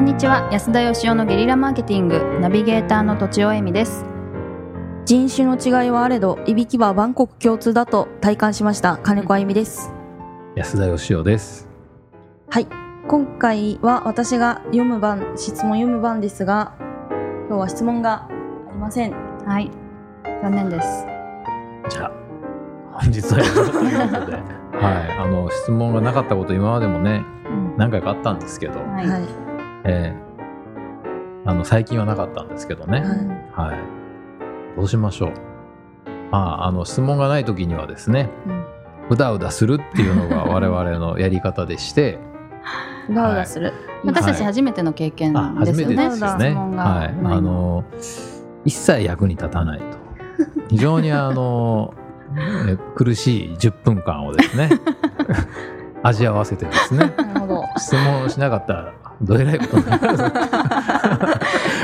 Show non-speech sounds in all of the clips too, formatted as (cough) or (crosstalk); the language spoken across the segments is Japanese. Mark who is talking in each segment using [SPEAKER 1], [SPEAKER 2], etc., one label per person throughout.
[SPEAKER 1] にちは安田義雄のゲリラマーケティングナビゲーターの土地尾恵美です
[SPEAKER 2] 人種の違いはあれどいびきは万国共通だと体感しました金子あゆみです
[SPEAKER 3] 安田義雄です。
[SPEAKER 2] はい今回は私が読む番質問読む番ですが今日は質問がありません
[SPEAKER 1] はい残念です
[SPEAKER 3] じゃあ、本日は以上ということで、 (laughs) はい、あの質問がなかったこと今までもね、
[SPEAKER 1] うん
[SPEAKER 3] 何回かあったんですけど、
[SPEAKER 1] はい、
[SPEAKER 2] はい
[SPEAKER 3] えーあの最近はなかったんですけどね、
[SPEAKER 2] は
[SPEAKER 3] はい、どうしましょう。まあ、あの質問がない時にはですね、うだうだするっていうのが我々のやり方でして、
[SPEAKER 2] うだうだする、
[SPEAKER 1] 私たち
[SPEAKER 3] はい
[SPEAKER 1] 初めての経験
[SPEAKER 3] あ、
[SPEAKER 1] で
[SPEAKER 3] 初
[SPEAKER 1] す
[SPEAKER 3] め
[SPEAKER 1] よ
[SPEAKER 3] て
[SPEAKER 1] ね
[SPEAKER 3] ですよね。
[SPEAKER 1] 質問が、
[SPEAKER 3] はい、あの一切役に立た
[SPEAKER 1] (laughs)
[SPEAKER 3] ないと、非常にあのえ苦しい10分間
[SPEAKER 1] (laughs)
[SPEAKER 3] をですね、味合わせてですね、
[SPEAKER 2] なるほど
[SPEAKER 3] 質問をしなかったらどえらいことになる。
[SPEAKER 1] リスナー
[SPEAKER 3] (laughs) ただ聞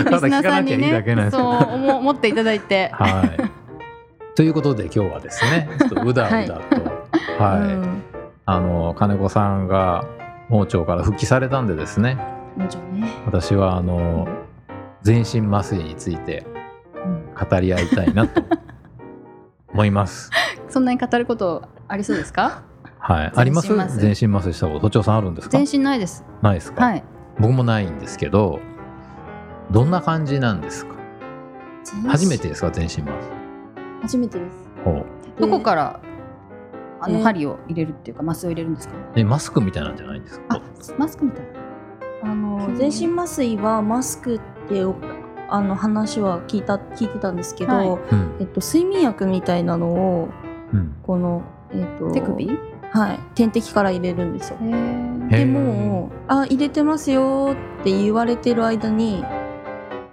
[SPEAKER 3] か
[SPEAKER 1] さ
[SPEAKER 3] なんきゃ
[SPEAKER 1] に
[SPEAKER 3] いいだ
[SPEAKER 1] ね
[SPEAKER 3] けなんです
[SPEAKER 1] そう
[SPEAKER 3] よ
[SPEAKER 1] 思思っていただいて
[SPEAKER 3] はい。ということで今日はですね、
[SPEAKER 1] (laughs)
[SPEAKER 3] ちょっとうだうだと、はい、
[SPEAKER 2] うん
[SPEAKER 3] あの金子さんが盲腸から復帰されたんでですね、
[SPEAKER 2] もちろんね
[SPEAKER 3] 私はあの全身麻酔について語り合いたいなと思います。
[SPEAKER 1] そんなに語ることありそうですか
[SPEAKER 3] はい、あります
[SPEAKER 1] 全身麻
[SPEAKER 3] 全
[SPEAKER 1] 酔
[SPEAKER 3] 身麻酔したこと、都庁さんあるんですか
[SPEAKER 1] 全身ないです
[SPEAKER 3] ないですか、
[SPEAKER 1] はい
[SPEAKER 3] 僕もないんですけど、どんな感じなんですか初めてですか、全身麻
[SPEAKER 2] 初めてです
[SPEAKER 3] 酔。ほう
[SPEAKER 1] どこからあ
[SPEAKER 2] え
[SPEAKER 1] の
[SPEAKER 2] ー
[SPEAKER 1] 針を入れるっていうか麻酔を入れるんですか
[SPEAKER 3] え、マスクみたいなんじゃないんです
[SPEAKER 1] あ
[SPEAKER 3] か
[SPEAKER 1] マスクみたいな
[SPEAKER 2] あの全身麻酔はマスクっておあの話は聞いた聞いてたんですけど、
[SPEAKER 1] は
[SPEAKER 3] うん
[SPEAKER 2] えっと、睡眠薬みたいなのを
[SPEAKER 3] うん
[SPEAKER 2] この、えっと、
[SPEAKER 1] 手首へ
[SPEAKER 2] はい点滴から入れるんですよ
[SPEAKER 1] ー
[SPEAKER 3] へ
[SPEAKER 2] で
[SPEAKER 3] ー
[SPEAKER 2] もうあ入れてますよって言われてる間に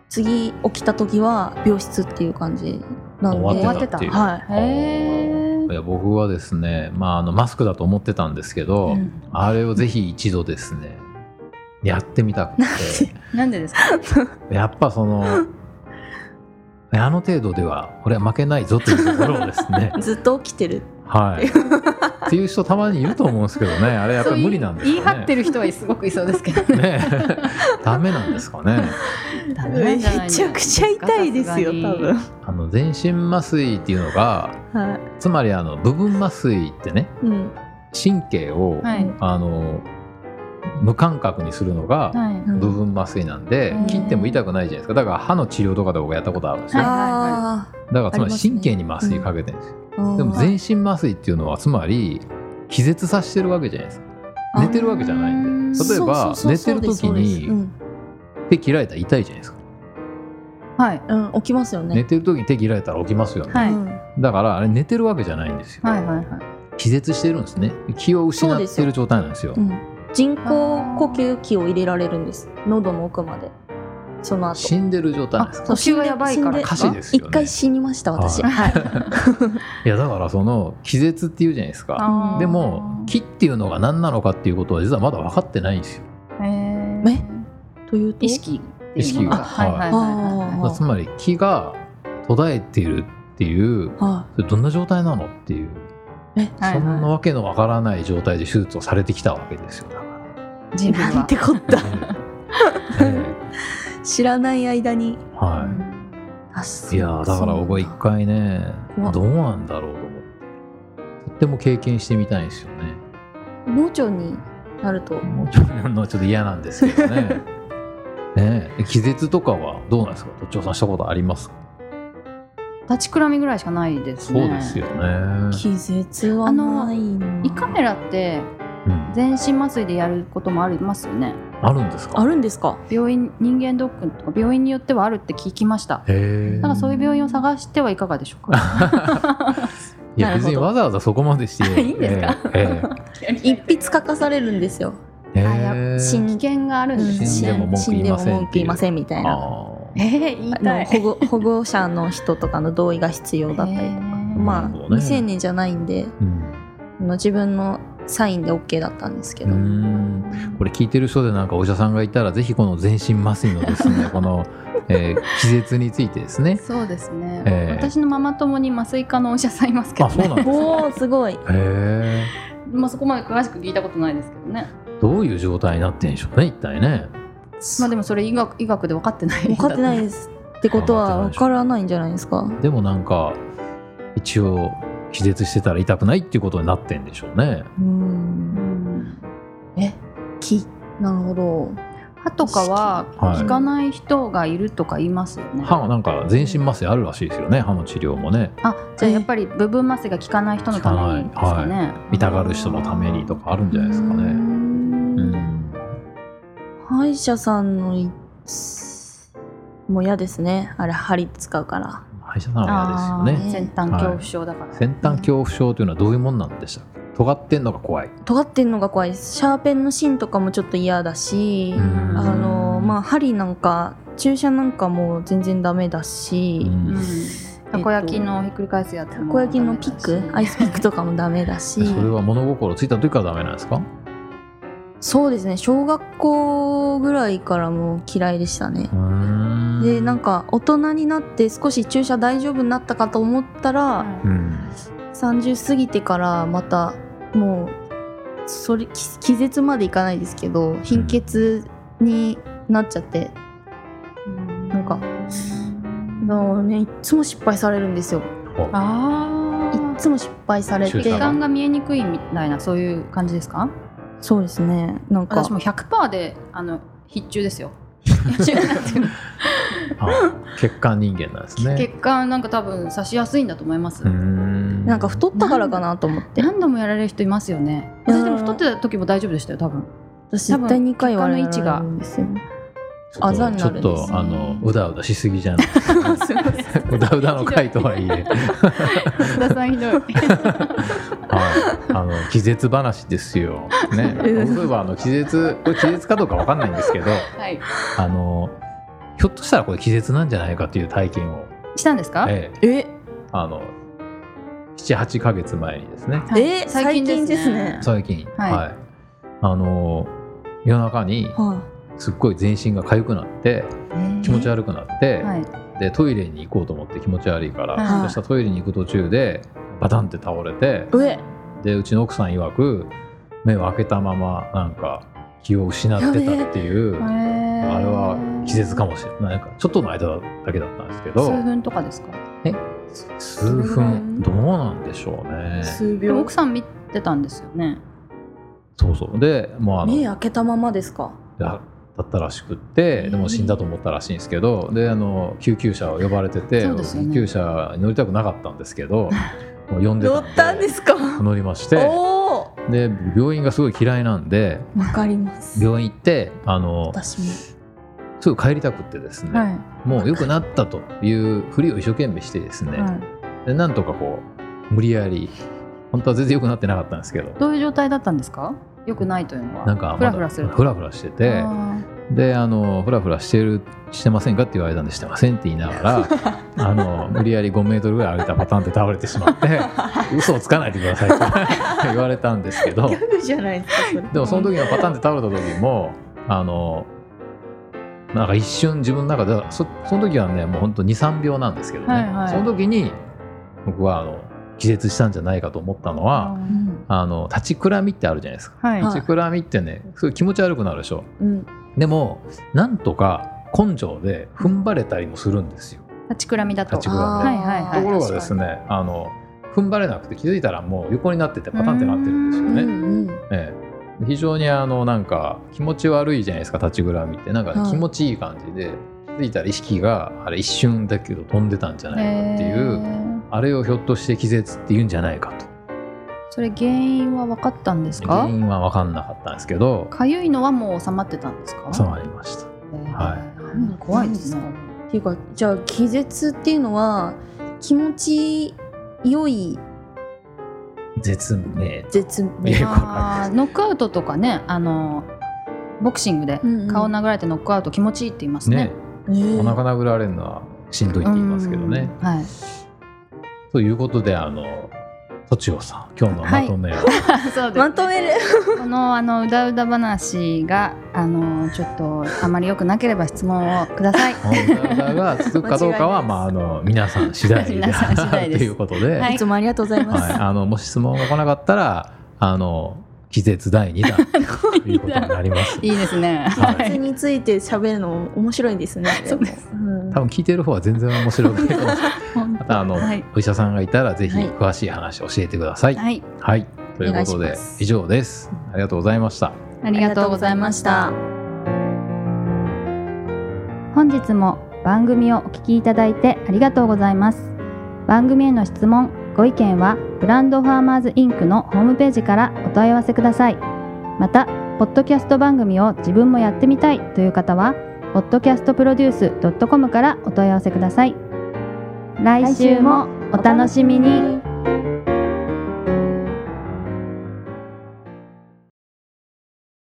[SPEAKER 2] 次起きた時は病室っていう感じなんで
[SPEAKER 3] 終わ
[SPEAKER 1] っ
[SPEAKER 3] ってて
[SPEAKER 1] た
[SPEAKER 3] た
[SPEAKER 1] っ
[SPEAKER 3] ってて
[SPEAKER 1] い
[SPEAKER 3] いうう。
[SPEAKER 2] はい
[SPEAKER 1] へー
[SPEAKER 3] いや僕はですね、まあ、あのマスクだと思ってたんですけど、
[SPEAKER 2] うん
[SPEAKER 3] あれをぜひ一度ですねやってみたくて
[SPEAKER 1] なんでですか
[SPEAKER 3] やっぱそのあの程度では俺は負けないぞというところをですね
[SPEAKER 2] ずっと起きてる
[SPEAKER 3] はいっていう人たまにいると思うんですけど
[SPEAKER 1] (laughs)
[SPEAKER 3] ねあれやっぱり無理なんです
[SPEAKER 1] そう言い
[SPEAKER 3] よ
[SPEAKER 1] 張って
[SPEAKER 3] ね。
[SPEAKER 1] る人はすごくいそうですけ
[SPEAKER 2] (laughs)
[SPEAKER 1] どね
[SPEAKER 3] ね (laughs) ダメなんですかね
[SPEAKER 1] ダメなん
[SPEAKER 2] め
[SPEAKER 1] じゃない
[SPEAKER 2] ちゃくちゃ痛いですよ
[SPEAKER 1] さすが
[SPEAKER 2] 多
[SPEAKER 1] に
[SPEAKER 2] 分
[SPEAKER 3] あの全身麻酔っていうのが
[SPEAKER 2] は
[SPEAKER 3] つまりあの部分麻酔ってね
[SPEAKER 2] い、うん
[SPEAKER 3] 神経を、
[SPEAKER 1] はい
[SPEAKER 3] あの無感覚にするのが、
[SPEAKER 1] はい
[SPEAKER 3] 部分麻酔なんで、
[SPEAKER 1] うん
[SPEAKER 3] 切っても痛くないじゃないですかだから歯の治療とかで僕やったことあるんですよ、
[SPEAKER 1] はい
[SPEAKER 2] あ
[SPEAKER 3] だからつま
[SPEAKER 2] あり
[SPEAKER 3] り
[SPEAKER 2] ますね
[SPEAKER 3] 神経に麻酔かけてるんですよ、
[SPEAKER 2] ーあー
[SPEAKER 3] でも全身麻酔っていうのはつまり気絶させてるわけじゃないですか
[SPEAKER 2] あ
[SPEAKER 3] 寝てるわけじゃないんで
[SPEAKER 2] そう
[SPEAKER 3] 例えば
[SPEAKER 2] そう
[SPEAKER 3] 寝
[SPEAKER 2] そ
[SPEAKER 3] て
[SPEAKER 2] う
[SPEAKER 3] る時
[SPEAKER 2] そうですそうですう
[SPEAKER 3] に
[SPEAKER 2] ん
[SPEAKER 3] 手切られたら痛いじゃないですか、
[SPEAKER 1] はい
[SPEAKER 2] うん、起きますよ
[SPEAKER 3] 寝
[SPEAKER 2] ね。
[SPEAKER 3] てる時に手切られたら起きますよね、
[SPEAKER 1] はい
[SPEAKER 2] うん
[SPEAKER 3] だからあれ寝てるわけじゃないんですよ、
[SPEAKER 1] はいはいはい
[SPEAKER 3] 気絶してるんですね気を失
[SPEAKER 2] そう
[SPEAKER 3] っ
[SPEAKER 2] です
[SPEAKER 3] て
[SPEAKER 2] よ
[SPEAKER 3] る状態なんですよ
[SPEAKER 2] うん人工呼吸器を入れられるんです。喉の奥まで。その後。
[SPEAKER 3] 死んでる状態なん
[SPEAKER 1] あ
[SPEAKER 3] です
[SPEAKER 1] 呼吸がやばいから
[SPEAKER 2] 死ん
[SPEAKER 3] 歌詞ですよね
[SPEAKER 2] 一回死にました私。
[SPEAKER 3] は
[SPEAKER 2] はい。
[SPEAKER 3] いやだからその気絶っていうじゃないですか
[SPEAKER 1] あー
[SPEAKER 3] でも気っていうのが何なのかっていうことは実はまだ分かってないんですよ
[SPEAKER 1] へー
[SPEAKER 2] ねというと
[SPEAKER 1] 意識っていうの
[SPEAKER 3] 意識が
[SPEAKER 1] はいはいはいはい
[SPEAKER 2] あー
[SPEAKER 3] まあつまり気が途絶えているっていう
[SPEAKER 2] は
[SPEAKER 3] それどんな状態なのっていう
[SPEAKER 2] い。え、
[SPEAKER 1] はいはい
[SPEAKER 3] そんなわけのわからない状態で手術をされてきたわけですよだか
[SPEAKER 1] 人類
[SPEAKER 2] なん
[SPEAKER 1] は
[SPEAKER 2] てこっ
[SPEAKER 3] ら
[SPEAKER 2] (laughs) た。。
[SPEAKER 3] え
[SPEAKER 2] 知らない間に。
[SPEAKER 3] えは
[SPEAKER 2] あ
[SPEAKER 3] い、いやーだから僕は一。回ね
[SPEAKER 2] 怖っ
[SPEAKER 3] どうなんだろうと思ってとっても経験してみたいんですよね。
[SPEAKER 2] そうなんだ盲腸になると。
[SPEAKER 3] もうちょっとのちょっと嫌なんですけど (laughs) ね。ねえ気絶とかはどうなんですか都庁さんしたことありますか
[SPEAKER 1] 立ちくらみぐらいしかないですね
[SPEAKER 3] そうですよね。
[SPEAKER 2] 気絶はないな。
[SPEAKER 1] 胃カメラって
[SPEAKER 3] うん、
[SPEAKER 1] 全身麻酔でやることもありますよね
[SPEAKER 3] あるんですか
[SPEAKER 2] あるんですか。
[SPEAKER 1] 病院人間ドックとか病院によってはあるって聞きました
[SPEAKER 3] へえ
[SPEAKER 1] だからそういう病院を探してはいかがでしょう (laughs) か
[SPEAKER 3] い
[SPEAKER 2] なる
[SPEAKER 3] や
[SPEAKER 2] ほ
[SPEAKER 3] 別
[SPEAKER 2] ど
[SPEAKER 3] にわざわざそこまでして
[SPEAKER 1] いいんですか
[SPEAKER 3] ええ
[SPEAKER 2] 一筆書かされるんですよ。
[SPEAKER 3] ええ
[SPEAKER 1] あや
[SPEAKER 3] ええ
[SPEAKER 2] 死ん
[SPEAKER 1] 危険があるんです
[SPEAKER 3] う
[SPEAKER 1] ね
[SPEAKER 3] 死んでも文句言いませ
[SPEAKER 2] 死で
[SPEAKER 3] んっていう
[SPEAKER 2] も文句言いませんみたいな。
[SPEAKER 3] あ
[SPEAKER 1] えー、言い
[SPEAKER 2] あの
[SPEAKER 1] たい
[SPEAKER 2] 保護 (laughs) 保護者の人とかの同意が必要だったりとか、
[SPEAKER 1] へー
[SPEAKER 2] まあ、
[SPEAKER 3] なるほどね
[SPEAKER 2] 未成年じゃないんで
[SPEAKER 3] ーうん
[SPEAKER 2] あの自分のサインで OK だったんですけ
[SPEAKER 3] う
[SPEAKER 2] ど、
[SPEAKER 3] んこれ聞いてる人でなんかお医者さんがいたらぜひこの全身麻酔のです (laughs) ねこの、えー気絶についてですね
[SPEAKER 1] そうですね、
[SPEAKER 3] ええ
[SPEAKER 1] 私のママ友に麻酔科のお医者さんいますけど
[SPEAKER 3] あそう
[SPEAKER 1] ね
[SPEAKER 3] なんですか
[SPEAKER 2] おおす
[SPEAKER 3] (laughs)
[SPEAKER 2] ごい
[SPEAKER 3] へえ
[SPEAKER 1] まあそこまで詳しく聞いたことないですけどね
[SPEAKER 3] どういう状態になってんでしょうね一体ね
[SPEAKER 1] まあでもそれ医学医学で分かってない
[SPEAKER 2] 分かってない
[SPEAKER 1] い
[SPEAKER 2] ですってことは
[SPEAKER 3] 分
[SPEAKER 2] 分
[SPEAKER 3] か
[SPEAKER 2] か
[SPEAKER 3] って
[SPEAKER 2] らないんじゃないですか
[SPEAKER 3] でもなんか一応気絶してたら痛くないっていうことになってんでしょうね
[SPEAKER 2] う
[SPEAKER 1] うんんえ
[SPEAKER 2] 木なるほど
[SPEAKER 1] 歯とかは
[SPEAKER 3] はい
[SPEAKER 1] 効かない人がいるとか言いますよね、
[SPEAKER 3] 歯はなんか全身麻酔あるらしいですよね歯の治療もね
[SPEAKER 1] あじゃあやっぱり部分麻酔が効かない人のためにですかね、
[SPEAKER 3] 痛がる人のためにとかあるんじゃないですか
[SPEAKER 2] う
[SPEAKER 3] ね
[SPEAKER 2] ん
[SPEAKER 3] うん
[SPEAKER 2] 歯医者さんのいもう嫌ですねあれ針使うから
[SPEAKER 3] 歯医者さんは嫌ですよね
[SPEAKER 2] ね
[SPEAKER 1] 先端恐怖症だから、
[SPEAKER 3] 先端恐怖症というのはどういうもんなんでしたっけ尖ってんのが怖い
[SPEAKER 2] 尖ってんのが怖いですシャーペンの芯とかもちょっと嫌だし、
[SPEAKER 3] うん
[SPEAKER 2] あのまあ針なんか注射なんかも全然ダメだし、
[SPEAKER 3] うん
[SPEAKER 1] うんたこ焼きのひっくり返すやつ
[SPEAKER 2] たこ焼きのピックアイスピックとかもダメだし
[SPEAKER 3] え (laughs) それは物心ついた時からダメなんですか
[SPEAKER 2] そうですね小学校ぐらいからもう嫌いでしたね、でなん
[SPEAKER 3] か、
[SPEAKER 2] か大人になって少し注射大丈夫になったかと思ったら、
[SPEAKER 3] うん、
[SPEAKER 2] 30過ぎてからまたもうそれき気絶までいかないですけど貧血になっちゃって、
[SPEAKER 1] な
[SPEAKER 2] なんかあのね、いっつも失敗されるんですよ
[SPEAKER 3] あ
[SPEAKER 1] あ
[SPEAKER 2] いっ
[SPEAKER 1] あ
[SPEAKER 2] つも失敗され
[SPEAKER 3] 注射
[SPEAKER 1] 血
[SPEAKER 2] て
[SPEAKER 1] 管が見えにくいみたいなそういう感じですか
[SPEAKER 2] そうですねなんか
[SPEAKER 1] 私も100%であの必中 (laughs) ですよ違うなんていうの
[SPEAKER 3] 血管人間なんです
[SPEAKER 1] 血
[SPEAKER 3] ね
[SPEAKER 1] 管なんか多分刺しやすいんだと思います、
[SPEAKER 2] な
[SPEAKER 3] なん
[SPEAKER 2] か太ったからかなと思って
[SPEAKER 1] 何度もやられる人いますよね
[SPEAKER 2] いやー
[SPEAKER 1] 私でも太ってた時も大丈夫でしたよ多 (laughs) 分
[SPEAKER 2] 私
[SPEAKER 1] 多分
[SPEAKER 2] 絶対2回はあれ
[SPEAKER 1] 血管の位置が
[SPEAKER 2] やられるんですよ
[SPEAKER 3] あ
[SPEAKER 2] あ
[SPEAKER 3] ざ
[SPEAKER 2] ざ
[SPEAKER 3] に
[SPEAKER 2] に
[SPEAKER 3] な
[SPEAKER 2] な
[SPEAKER 3] る
[SPEAKER 2] る
[SPEAKER 3] ん
[SPEAKER 2] ん
[SPEAKER 3] で、
[SPEAKER 2] ですす
[SPEAKER 3] ち
[SPEAKER 2] ね
[SPEAKER 3] ょっとあのうだうだしすぎじゃない (laughs) うだうだの回とはいえ、
[SPEAKER 1] 須田さんひどい
[SPEAKER 3] はい、あの気絶話ですよ、ね、そう
[SPEAKER 2] うん
[SPEAKER 3] いえばあの気絶これ気絶かどうかわかんないんですけど
[SPEAKER 1] (laughs) はい
[SPEAKER 3] あのひょっとしたらこれ気絶なんじゃないかという体験を、
[SPEAKER 1] したんですか、
[SPEAKER 3] ええ、
[SPEAKER 2] え
[SPEAKER 3] あの78ヶ月前にですね
[SPEAKER 1] はい
[SPEAKER 2] え最近ですね
[SPEAKER 3] 最近、
[SPEAKER 1] はい
[SPEAKER 3] あの夜中に
[SPEAKER 2] は
[SPEAKER 3] すっごい全身が痒くなって気持ち悪くなって、
[SPEAKER 1] はい
[SPEAKER 3] でトイレに行こうと思って気持ち悪いから、
[SPEAKER 1] はい
[SPEAKER 3] そしたらトイレに行く途中でバタンって倒れて
[SPEAKER 2] いえ
[SPEAKER 3] でうちの奥さん曰く目を開けたままなんか気を失ってたっていう
[SPEAKER 1] へー
[SPEAKER 3] あれは気絶かもしれないなんかちょっとの間だけだったんですけど
[SPEAKER 1] 数分とかですか
[SPEAKER 3] 数
[SPEAKER 1] 数分
[SPEAKER 3] 分どうなんでしょうね
[SPEAKER 2] 数
[SPEAKER 1] でも
[SPEAKER 2] 秒
[SPEAKER 1] 奥さん見てたんですよね
[SPEAKER 3] そうそうでもうあの
[SPEAKER 2] 目開けたままですか
[SPEAKER 3] だだったらしくってでも死んだと思ったらしいんですけどであの救急車を呼ばれてて、
[SPEAKER 1] そうですよね
[SPEAKER 3] 救急車に乗りたくなかったんです
[SPEAKER 1] (laughs)
[SPEAKER 3] けどもう呼んで
[SPEAKER 2] 乗
[SPEAKER 3] たんで
[SPEAKER 2] ったんですか
[SPEAKER 3] 乗りまして
[SPEAKER 2] おお
[SPEAKER 3] で病院がすごい嫌いなんで
[SPEAKER 2] わかります
[SPEAKER 3] 病院行ってあの
[SPEAKER 2] 私も
[SPEAKER 3] すぐ帰りたくってですね、
[SPEAKER 1] はい
[SPEAKER 3] もう良くなったというふりを一生懸命してですね、
[SPEAKER 1] はい
[SPEAKER 3] でなんとかこう無理やり本当は全然良くなってなかったんですけど
[SPEAKER 1] どういう状態だったんですか良くないというのは
[SPEAKER 3] なんか
[SPEAKER 1] フ
[SPEAKER 3] まだ
[SPEAKER 1] ラフラする
[SPEAKER 3] フラフラしてて。
[SPEAKER 1] あ
[SPEAKER 3] であのフラフラしてるしてませんかって言われたんでしてませんって言いなが
[SPEAKER 1] (laughs)
[SPEAKER 3] らあの無理やり5メートルぐらい歩いたらパタンって倒れてしま
[SPEAKER 1] (laughs)
[SPEAKER 3] って嘘をつかないでくださいって (laughs) 言われたんですけど
[SPEAKER 2] グじゃないですかそれ
[SPEAKER 3] でもその時のパタンって倒れた時もあのなんか一瞬自分の中でそその時はねもうほんと23秒なんですけどね、
[SPEAKER 1] はいはい
[SPEAKER 3] その時に僕はあの気絶したんじゃないかと思ったの
[SPEAKER 1] あ
[SPEAKER 3] は、あの立ちくらみってあるじゃないですか
[SPEAKER 1] はい
[SPEAKER 2] は
[SPEAKER 3] 立ちくらみってねすごい気持ち悪くなるでしょ
[SPEAKER 2] うん
[SPEAKER 3] でもなんとか根性で踏ん張れたりもするんですよ。
[SPEAKER 1] 立ちくらみだと
[SPEAKER 3] 立ちくら
[SPEAKER 2] み
[SPEAKER 1] はいはい
[SPEAKER 2] あ
[SPEAKER 1] は
[SPEAKER 2] ー
[SPEAKER 1] い
[SPEAKER 3] ところがですねあの踏ん張れなくて気づいたらもう横になっててパタンってなってるんですよ
[SPEAKER 2] う
[SPEAKER 3] ね。
[SPEAKER 2] ん
[SPEAKER 3] ええ、非常にあのなんか気持ち悪いじゃないですか立ちぐらみってなんかね、
[SPEAKER 2] はい
[SPEAKER 3] 気持ちいい感じで気づいたら意識があれ一瞬だけど飛んでたんじゃないかっていう、
[SPEAKER 1] う
[SPEAKER 3] あれをひょっとして気絶って言うんじゃないかと
[SPEAKER 1] それ原因は分かったんです
[SPEAKER 3] 原
[SPEAKER 1] か
[SPEAKER 3] 因は分かんなかったんですけど
[SPEAKER 1] かゆいのはもう収まってたんですか
[SPEAKER 3] 収まりました。
[SPEAKER 1] へー
[SPEAKER 2] はい
[SPEAKER 1] 怖いですね
[SPEAKER 2] うんっていうかじゃあ気絶っていうのは気持ち良い
[SPEAKER 3] 絶命
[SPEAKER 2] 絶
[SPEAKER 3] いや
[SPEAKER 2] 命
[SPEAKER 3] よくわかんな
[SPEAKER 1] あ
[SPEAKER 3] い
[SPEAKER 1] ーノックアウトとかねあのボクシングで
[SPEAKER 2] うんうん
[SPEAKER 1] 顔殴られてノックアウト気持ちいいって言います
[SPEAKER 3] ね
[SPEAKER 1] ね
[SPEAKER 3] お腹殴られるのはしんどいって言いますけどね。
[SPEAKER 1] うんはい (laughs)
[SPEAKER 3] ということであのとちおさん今日のまとめを、
[SPEAKER 1] そうですね
[SPEAKER 2] まとめる
[SPEAKER 1] このあのうだうだ話があのちょっとあまり良くなければ質問をくだ
[SPEAKER 3] (laughs)
[SPEAKER 1] さい。
[SPEAKER 3] この問題が続くかどうかは
[SPEAKER 1] 間違いないです
[SPEAKER 3] まああの皆さん次第
[SPEAKER 1] 皆さん次第です
[SPEAKER 3] ということで、
[SPEAKER 1] はい
[SPEAKER 2] いつもありがとうござい
[SPEAKER 3] はい
[SPEAKER 2] ます
[SPEAKER 3] あのもし質問が来なかったらあの気絶第2弾ということになります。
[SPEAKER 1] (laughs) いいですね。
[SPEAKER 3] は
[SPEAKER 2] それ
[SPEAKER 3] い、
[SPEAKER 2] について喋るのも面白いですね。
[SPEAKER 1] そうです
[SPEAKER 2] うん
[SPEAKER 3] 多分聞いてる方は全然面白くないかもしれない。
[SPEAKER 1] 本
[SPEAKER 3] ま
[SPEAKER 1] 当
[SPEAKER 3] たあの、
[SPEAKER 1] はい。
[SPEAKER 3] お医者さんがいたらぜひ
[SPEAKER 2] はい
[SPEAKER 3] 詳しい話を教えてください。はい、
[SPEAKER 1] はい。
[SPEAKER 3] ということ
[SPEAKER 2] お願い
[SPEAKER 3] で
[SPEAKER 2] します
[SPEAKER 3] 以上です。ありがとうございました。
[SPEAKER 1] ありがとうございました。本日も番組をお聞きいただいてありがとうございます番組への質問ご意見はブランドファーマーズインクのホームページからお問い合わせくださいまたポッドキャスト番組を自分もやってみたいという方は podcastproduce.com からお問い合わせください来週もお楽しみに